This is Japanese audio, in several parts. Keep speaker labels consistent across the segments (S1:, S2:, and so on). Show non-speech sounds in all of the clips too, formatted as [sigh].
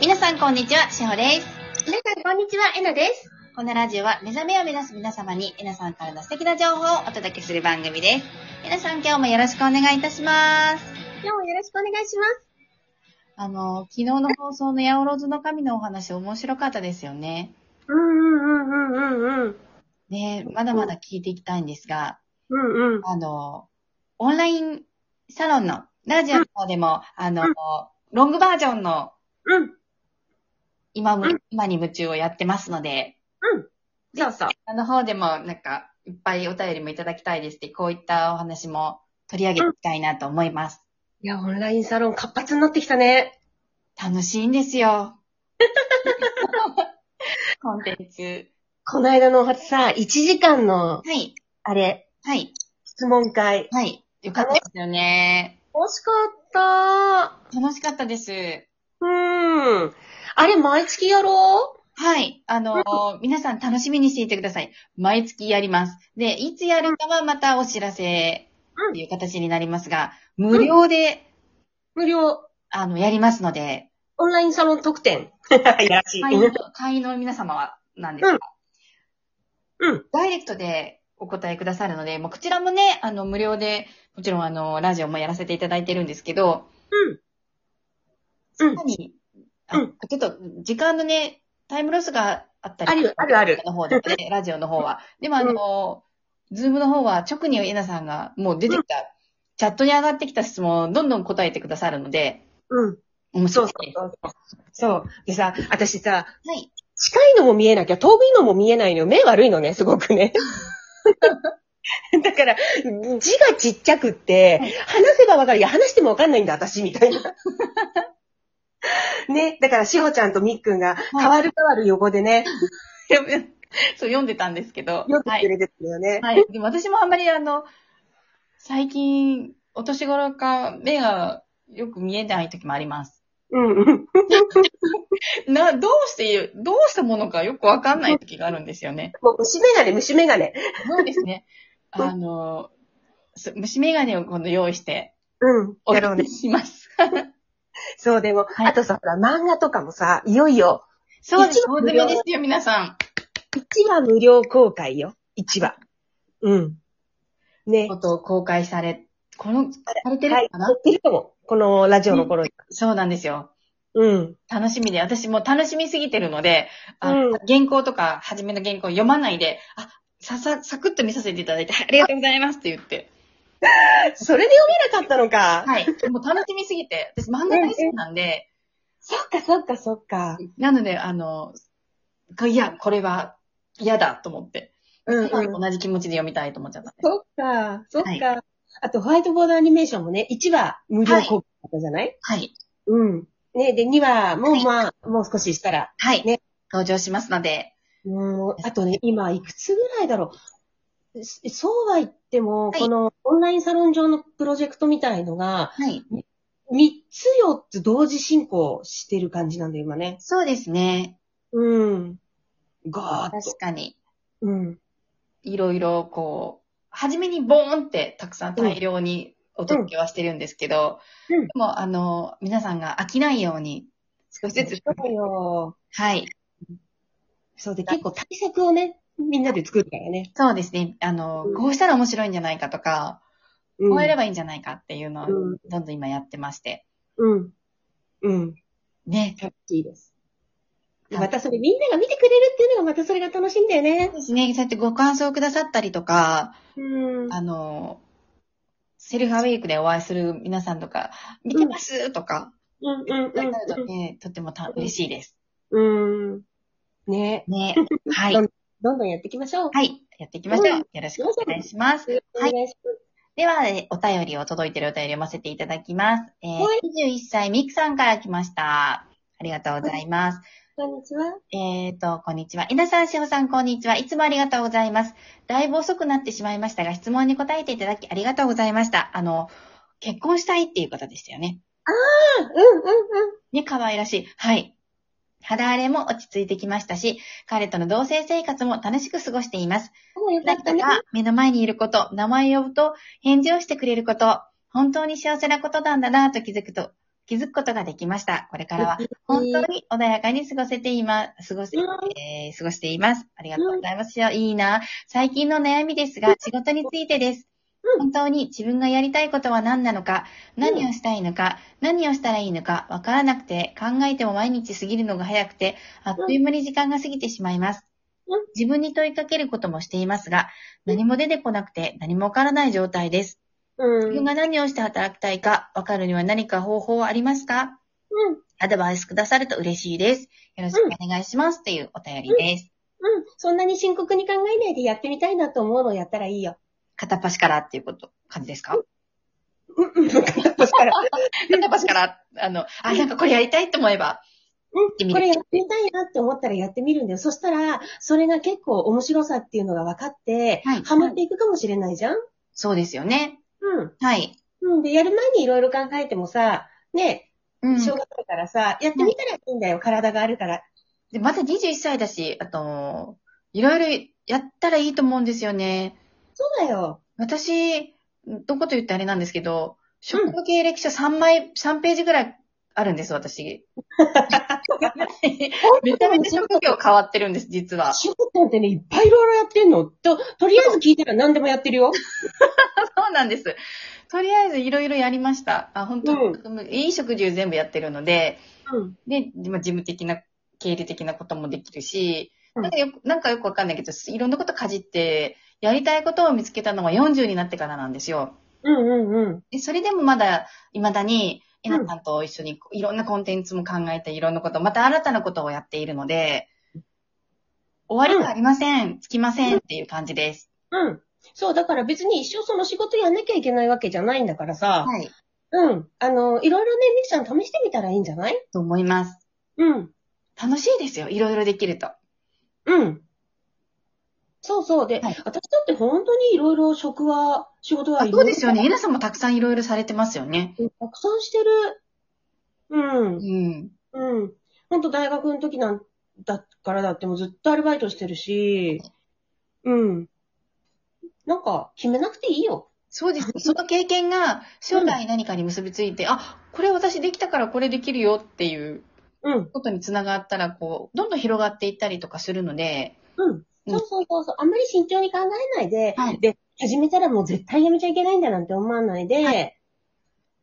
S1: 皆さんこんにちは、しほです。
S2: 皆さん、こんにちは。えなです。
S1: このラジオは目覚めを目指す皆様に、えなさんからの素敵な情報をお届けする番組です。皆さん今日もよろしくお願いいたします。
S2: 今日もよろしくお願いします。
S1: あの、昨日の放送のヤオロズの神のお話面白かったですよね。
S2: うんうんうんうんうん。
S1: ねまだまだ聞いていきたいんですが、
S2: うんうん。
S1: あの、オンラインサロンのラジオの方でも、あの
S2: うん、
S1: ロングバージョンの
S2: うん。
S1: 今も
S2: うん
S1: 今に夢中をやってますので、
S2: そうそう。
S1: あの方でも、なんか、いっぱいお便りもいただきたいですって、こういったお話も取り上げていきたいなと思います。
S2: いや、オンラインサロン活発になってきたね。
S1: 楽しいんですよ。コンテンツ。
S2: この間のお初さ、1時間
S1: は
S2: の、
S1: い。
S2: あれ、
S1: はい。
S2: 質問会。
S1: はい。よかったですよね。
S2: 惜しかった
S1: 楽しかったです。
S2: うん。あれ、毎月やろ
S1: はい。あのー皆さん楽しみにしていてください。毎月やります。で、いつやるかはまたお知らせっていう形になりますが、無料で、
S2: う無料、
S1: あの、やりますので、
S2: オンラインサロン特典。 [laughs] いやらし
S1: 会員の会員の皆様は、なんですが、
S2: うん。
S1: ダイレクトでお答えくださるので、もうこちらもね、あの、無料で、もちろんあの、ラジオもやらせていただいてるんですけど、
S2: うん。うん
S1: さ。らに、あ
S2: うん
S1: ちょっと、時間のね、タイムロスがあったり。
S2: あるよあるある
S1: の方でね、ラジオの方は。でもあの、ズームの方は直にえなさんが、もう出てきた、チャットに上がってきた質問をどんどん答えてくださるので、
S2: うん。
S1: 面
S2: そ
S1: 白
S2: う
S1: い
S2: そ
S1: で
S2: う
S1: す。
S2: そう。そう。でさ、私さ、
S1: はい。
S2: 近いのも見えなきゃ、遠いのも見えないのよ。目悪いのね、すご
S1: [laughs]
S2: くね。だから、字がちっちゃくって、話せばわかる。いや、話してもわかんないんだ、私、みたいな。ね、だから、しほちゃんとみっくんが、
S1: い
S2: 変わる変わる横でね、
S1: そう、読んでたんですけど。
S2: よく
S1: はい
S2: くれてたよね。
S1: はい。でも私もあんまりあの、最近、お年頃か、目がよく見えない時もあります。
S2: うんうん。
S1: な、どうして、どうしたものかよくわかんない時があるんですよね。
S2: もう、虫眼鏡、虫眼鏡。
S1: [laughs] そうですね。あの、す虫眼鏡を今度用意して、
S2: うん。
S1: お
S2: やろう
S1: 届
S2: ね
S1: け。します。
S2: そう、でも、
S1: はい
S2: あとさ、ほら、漫画とかもさ、いよいよ、
S1: そうです。
S2: 一
S1: 大
S2: 番
S1: 詰めですよ、皆さん。
S2: 1話無料公開よ。1話。うん。ね。
S1: ことを公開され、この、されて
S2: は
S1: る
S2: い、
S1: かな、
S2: やってるかも。このラジオの頃に。
S1: そうなんですよ。
S2: うん。
S1: 楽しみで、私もう楽しみすぎてるので、あの
S2: うん
S1: 原稿とか、初めの原稿読まないで、あ、ささ、サクッと見させていただいて、 [laughs] はいありがとうございますって言って。
S2: それで読めなかったのか。
S1: はい。もう楽しみすぎて、私漫画大好きなんで、
S2: そっかそっかそっか。
S1: なので、あの、いや、これは嫌だと思って、
S2: うんうん。
S1: 同じ気持ちで読みたいと思っちゃったんで
S2: そっか、そっか。
S1: は
S2: あと、ホワイトボードアニメーションもね、1話無料公開だったじゃない、
S1: す。はい。
S2: うん。ね、で、2話もまあ、もう少ししたら。
S1: はい。
S2: ね
S1: 登場しますので、
S2: うん、あとね、今、いくつぐらいだろう。そそうは言っても、
S1: はい
S2: このオンラインサロン上のプロジェクトみたいのが、
S1: はい。
S2: 3つ4つ同時進行してる感じなんだよ、今ね。
S1: そうですね。
S2: うん。ガーッと。
S1: 確かに、
S2: うん。
S1: いろいろこう、初めにボーンってたくさん大量にお届けはしてるんですけど、
S2: うんうん
S1: でも、あの、皆さんが飽きないように、少しずつ、
S2: そうよ。
S1: はい。
S2: そうで、結構対策をね、みんなで作るからね。
S1: そうですね。あの、
S2: うん
S1: こうしたら面白いんじゃないかとか、
S2: うん
S1: こうやればいいんじゃないかっていうのを、
S2: うん
S1: どんどん今やってまして。
S2: うん。うん。
S1: ね。
S2: 楽しいです。
S1: はい
S2: またそれみんなが見てくれるっていうのがまたそれが楽しいんだよね
S1: そう。ですね。そうやってご感想をくださったりとか、
S2: うん。
S1: あの、セルフアウェイクでお会いする皆さんとか、見てますとか、
S2: うんうん
S1: いただけるとね、とってもた嬉しいです。
S2: うん。うん。ね [laughs]
S1: ね。はい。
S2: どんどんどんやっていきましょう。
S1: はい。やっていきましょ
S2: う
S1: う。
S2: ん
S1: よろしくお願いします。
S2: お願いします。
S1: では、えーお便りを届いているお便りを読ませていただきます。えー
S2: は
S1: 21歳ミクさんから来ました。ありがとうございます。
S2: こんにちは。
S1: えーと、こんにちは。稲さん、しほさん、こんにちは。いつもありがとうございます。だいぶ遅くなってしまいましたが、質問に答えていただきありがとうございました。あの、結婚したいっていう方でしたよね。
S2: うんう
S1: ね、可愛らしい。はい。肌荒れも落ち着いてきましたし、彼との同棲生活も楽しく過ごしています。
S2: んうん。よか
S1: だ
S2: っ
S1: か
S2: たね。
S1: ら、目の前にいること、名前を呼ぶと、返事をしてくれること、本当に幸せなことなんだなぁと気づくと、気づくことができました。これからは本当に穏やかに過ごせていま、過ごせ、
S2: うん
S1: えー過ごしています。ありがとうございますよ。いいな。最近の悩みですが、仕事についてです。
S2: うん
S1: 本当に自分がやりたいことは何なのか、何をしたいのか、何をしたらいいのか、わからなくて、考えても毎日過ぎるのが早くて、あっという間に時間が過ぎてしまいます
S2: うん。
S1: 自分に問いかけることもしていますが、何も出てこなくて、何もわからない状態です。
S2: う
S1: 自分
S2: ん。
S1: が何をして働きたいか、わかるには何か方法はありますか
S2: うん。
S1: アドバイスくださると嬉しいです。よろしくお願いします。っていうお便りです。
S2: うん。そんなに深刻に考えないでやってみたいなと思うのをやったらいいよ。
S1: 片っ端からっていうこと、感じですか
S2: うん、うん、片っ端から。
S1: 片っ端から、あの、あ、なんかこれやりたいと思えば、
S2: うん。これやってみたいなって思ったらやってみるんだよ。そしたら、それが結構面白さっていうのが分かって、
S1: はい
S2: ハマっていくかもしれないじゃん
S1: そうですよね。
S2: うん。
S1: はい。
S2: うん。で、やる前にいろいろ考えてもさ、ね、
S1: うん。
S2: しょうがないからさ、やってみたらいいんだよ。体があるから。
S1: でまだ21歳だし、あと、いろいろやったらいいと思うんですよね。
S2: そうだよ。
S1: 私、どこと言ってあれなんですけど、職務経歴書3枚、3ページぐらいあるんです、私。めちゃめちゃ職業変わってるんです、実は。
S2: 仕事なんてね、いっぱいいろいろやってんの。と、とりあえず聞いたら何でもやってるよ。
S1: そうなんです。とりあえずいろいろやりました。あ、本当、
S2: う
S1: いい食事全部やってるので、
S2: うん。
S1: で、まあ事務的な、経理的なこともできるし、
S2: うん
S1: なんかよく、なんかよくわかんないけど、いろんなことかじって、やりたいことを見つけたのは40になってからなんですよ。
S2: うんうんうん。
S1: でそれでもまだ、未だに、え
S2: うん
S1: なさんと一緒にいろんなコンテンツも考えて、いろんなこと、また新たなことをやっているので、終わりがありません、つきませんっていう感じです。
S2: うん。そう、だから別に一生その仕事やんなきゃいけないわけじゃないんだからさ。
S1: はい。
S2: うん。あの、いろいろね、みきちゃん試してみたらいいんじゃない
S1: と思います。
S2: うん。
S1: 楽しいですよ。いろいろできると。
S2: うん。そうそう。で、
S1: はい
S2: 私だって本当にいろいろ職は、仕事は
S1: あ
S2: い
S1: そ
S2: ろ
S1: う
S2: いろ。
S1: ですよね。皆さんもたくさんいろいろされてますよね。
S2: うん。たくさんしてる。うん
S1: う。ん。
S2: うん。本当大学の時なんだからだってもうずっとアルバイトしてるし、うん。なんか、決めなくていいよ。
S1: そうです。その経験が将来何かに結びついて、あ、これ私できたからこれできるよっていう
S2: うん。
S1: ことにつながったら、こう、どんどん広がっていったりとかするので、
S2: うん。そうそうそうそう。あんまり慎重に考えないで、
S1: はい
S2: で、始めたらもう絶対やめちゃいけないんだなんて思わないで、
S1: は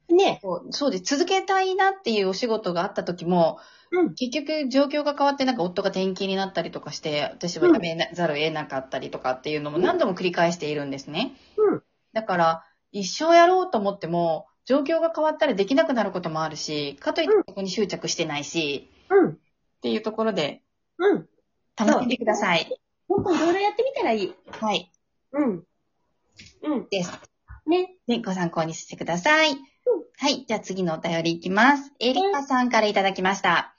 S2: ね、
S1: こうそうです。続けたいなっていうお仕事があった時も、
S2: うん
S1: 結局状況が変わってなんか夫が転勤になったりとかして、私は辞めなざるを得なかったりとかっていうのも何度も繰り返しているんですね。
S2: うん
S1: だから、一生やろうと思っても、状況が変わったらできなくなることもあるし、かといって
S2: うん
S1: そこに執着してないし、
S2: うん。
S1: っていうところで、
S2: うん。
S1: 楽しんでください。
S2: 本当いろいろやってみたらいい。
S1: はい。
S2: うん。うん。
S1: です。
S2: ね。
S1: で、ご参考にしてください。はい。じゃあ次のお便りいきます。エリカさんからいただきました。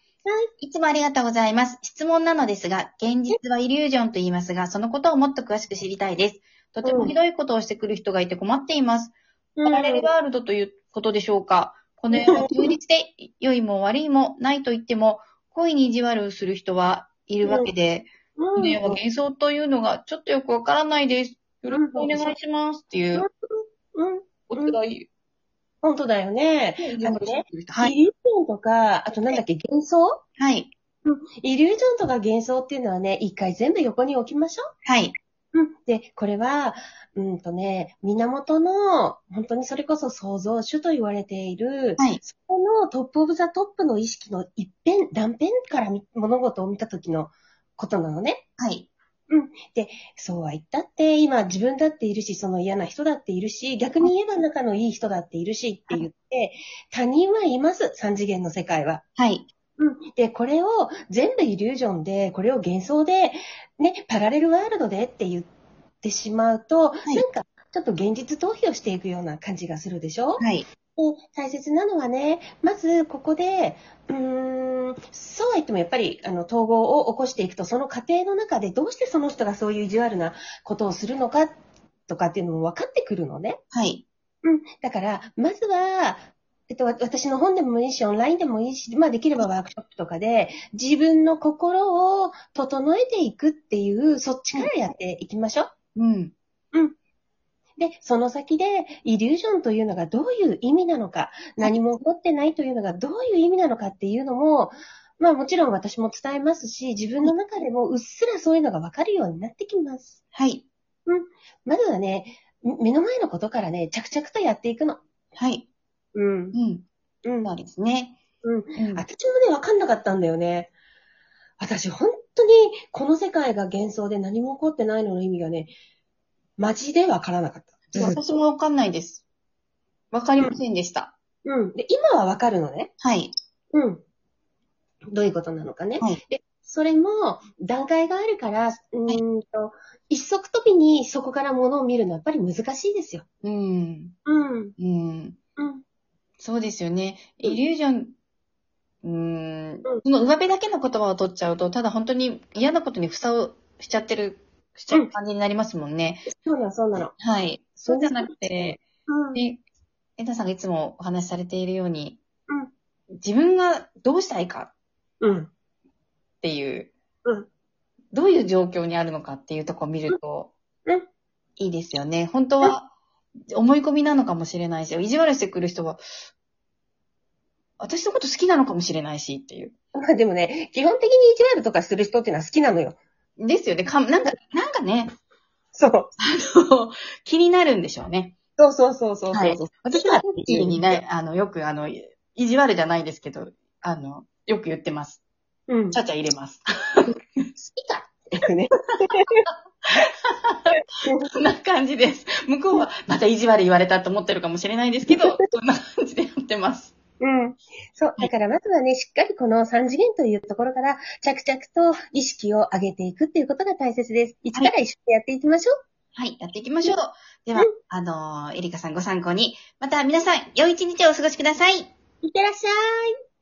S1: いつもありがとうございます。質問なのですが、現実はイリュージョンと言いますが、そのことをもっと詳しく知りたいです。とてもひどいことをしてくる人がいて困っています。パラレルワールドということでしょうか。この世は中立で、良いも悪いもないと言っても、故意に意地悪をする人はいるわけで、この世は幻想というのがちょっとよくわからないです。よろしくお願いします。っていう
S2: うん。
S1: お互い、
S2: 本当だよね。
S1: あのねは
S2: はい、
S1: い。
S2: イリュージョンとか、あとなんだっけ、幻想
S1: はい。
S2: イリュージョンとか幻想っていうのはね、一回全部横に置きましょ
S1: はい。
S2: う。うん。で、これは、うんとね、源の、本当にそれこそ創造主と言われている、
S1: はい
S2: そこのトップオブザトップの意識の一辺、断片から見物事を見た時のことなのね。
S1: はい。
S2: そうは言ったって、今自分だっているし、その嫌な人だっているし、逆に言えば仲のいい人だっているしって言って、他人はいます、三次元の世界は。
S1: はい。
S2: うん。で、これを全部イリュージョンで、これを幻想で、ね、パラレルワールドでって言ってしまうと、
S1: い
S2: なんか、ちょっと現実逃避をしていくような感じがするでしょ
S1: はい。
S2: で大切なのはね、まずここで、うーん、そうは言ってもやっぱり、あの、統合を起こしていくと、その過程の中でどうしてその人がそういう意地悪なことをするのか、とかっていうのも分かってくるのね。
S1: はい。
S2: うん。だから、まずは、えっと、わ私の本でもいいし、オンラインでもいいし、まあできればワークショップとかで、自分の心を整えていくっていう、そっちからやっていきましょう。
S1: うん。
S2: で、その先で、イリュージョンというのがどういう意味なのか、何も起こってないというのがどういう意味なのかっていうのも、まあもちろん私も伝えますし、自分の中でもうっすらそういうのがわかるようになってきます。
S1: はい。
S2: まずはね、目の前のことからね、着々とやっていくの。
S1: はい。
S2: うん
S1: う。ん。
S2: うん。
S1: そうですね。
S2: うん
S1: ん
S2: 私もね、わかんなかったんだよね。私、本当に、この世界が幻想で何も起こってないのの意味がね、マジでわからなかった。
S1: そう私もわかんないです。わかりませんでした。
S2: うん。で、今はわかるのね。
S1: はい。
S2: うん。どういうことなのかね。
S1: はい
S2: で、それも、段階があるから、うーんと、一足飛びにそこから物を見るのはやっぱり難しいですよ。
S1: うん。
S2: うん。
S1: うん。
S2: うん。
S1: そうですよね。
S2: うん
S1: イリュージョン、うん、その上辺だけの言葉を取っちゃうと、ただ本当に嫌なことにふさをしちゃってる、しちゃう感じになりますもんね。
S2: そうなの、そうなの。
S1: はい。そうじゃなくて、
S2: うん。
S1: ね、エタさんがいつもお話しされているように、
S2: うん
S1: 自分がどうしたいか
S2: うん。
S1: っていう、
S2: うん
S1: どういう状況にあるのかっていうとこを見ると、
S2: うんうん
S1: いいですよね。本当は思い込みなのかもしれないし、意地悪してくる人は、私のこと好きなのかもしれないしっていう。
S2: まあでもね、基本的に意地悪とかする人っていうのは好きなのよ。
S1: ですよね。かなんか、なんかね、
S2: そう。
S1: 気になるんでしょうね。
S2: そうそうそうそうそ
S1: は
S2: う。
S1: い私は、
S2: い
S1: 家にね、あの、よく、あの、意地悪じゃないですけど、あの、よく言ってます。
S2: うん。
S1: ちゃちゃ入れます。
S2: きかって [laughs] ね。
S1: そんな感じです。向こうは、また意地悪言われたと思ってるかもしれないですけ [laughs] ど、そんな感じでやってます。
S2: うん。そう。だからまずはね、しっかりこの三次元というところから、着々と意識を上げていくっていうことが大切です。一から一緒にやっていきましょう。
S1: はい、やっていきましょう。では
S2: うん、
S1: あのーエリカさんご参考に、また皆さん、良い一日をお過ごしください。
S2: いってらっしゃい。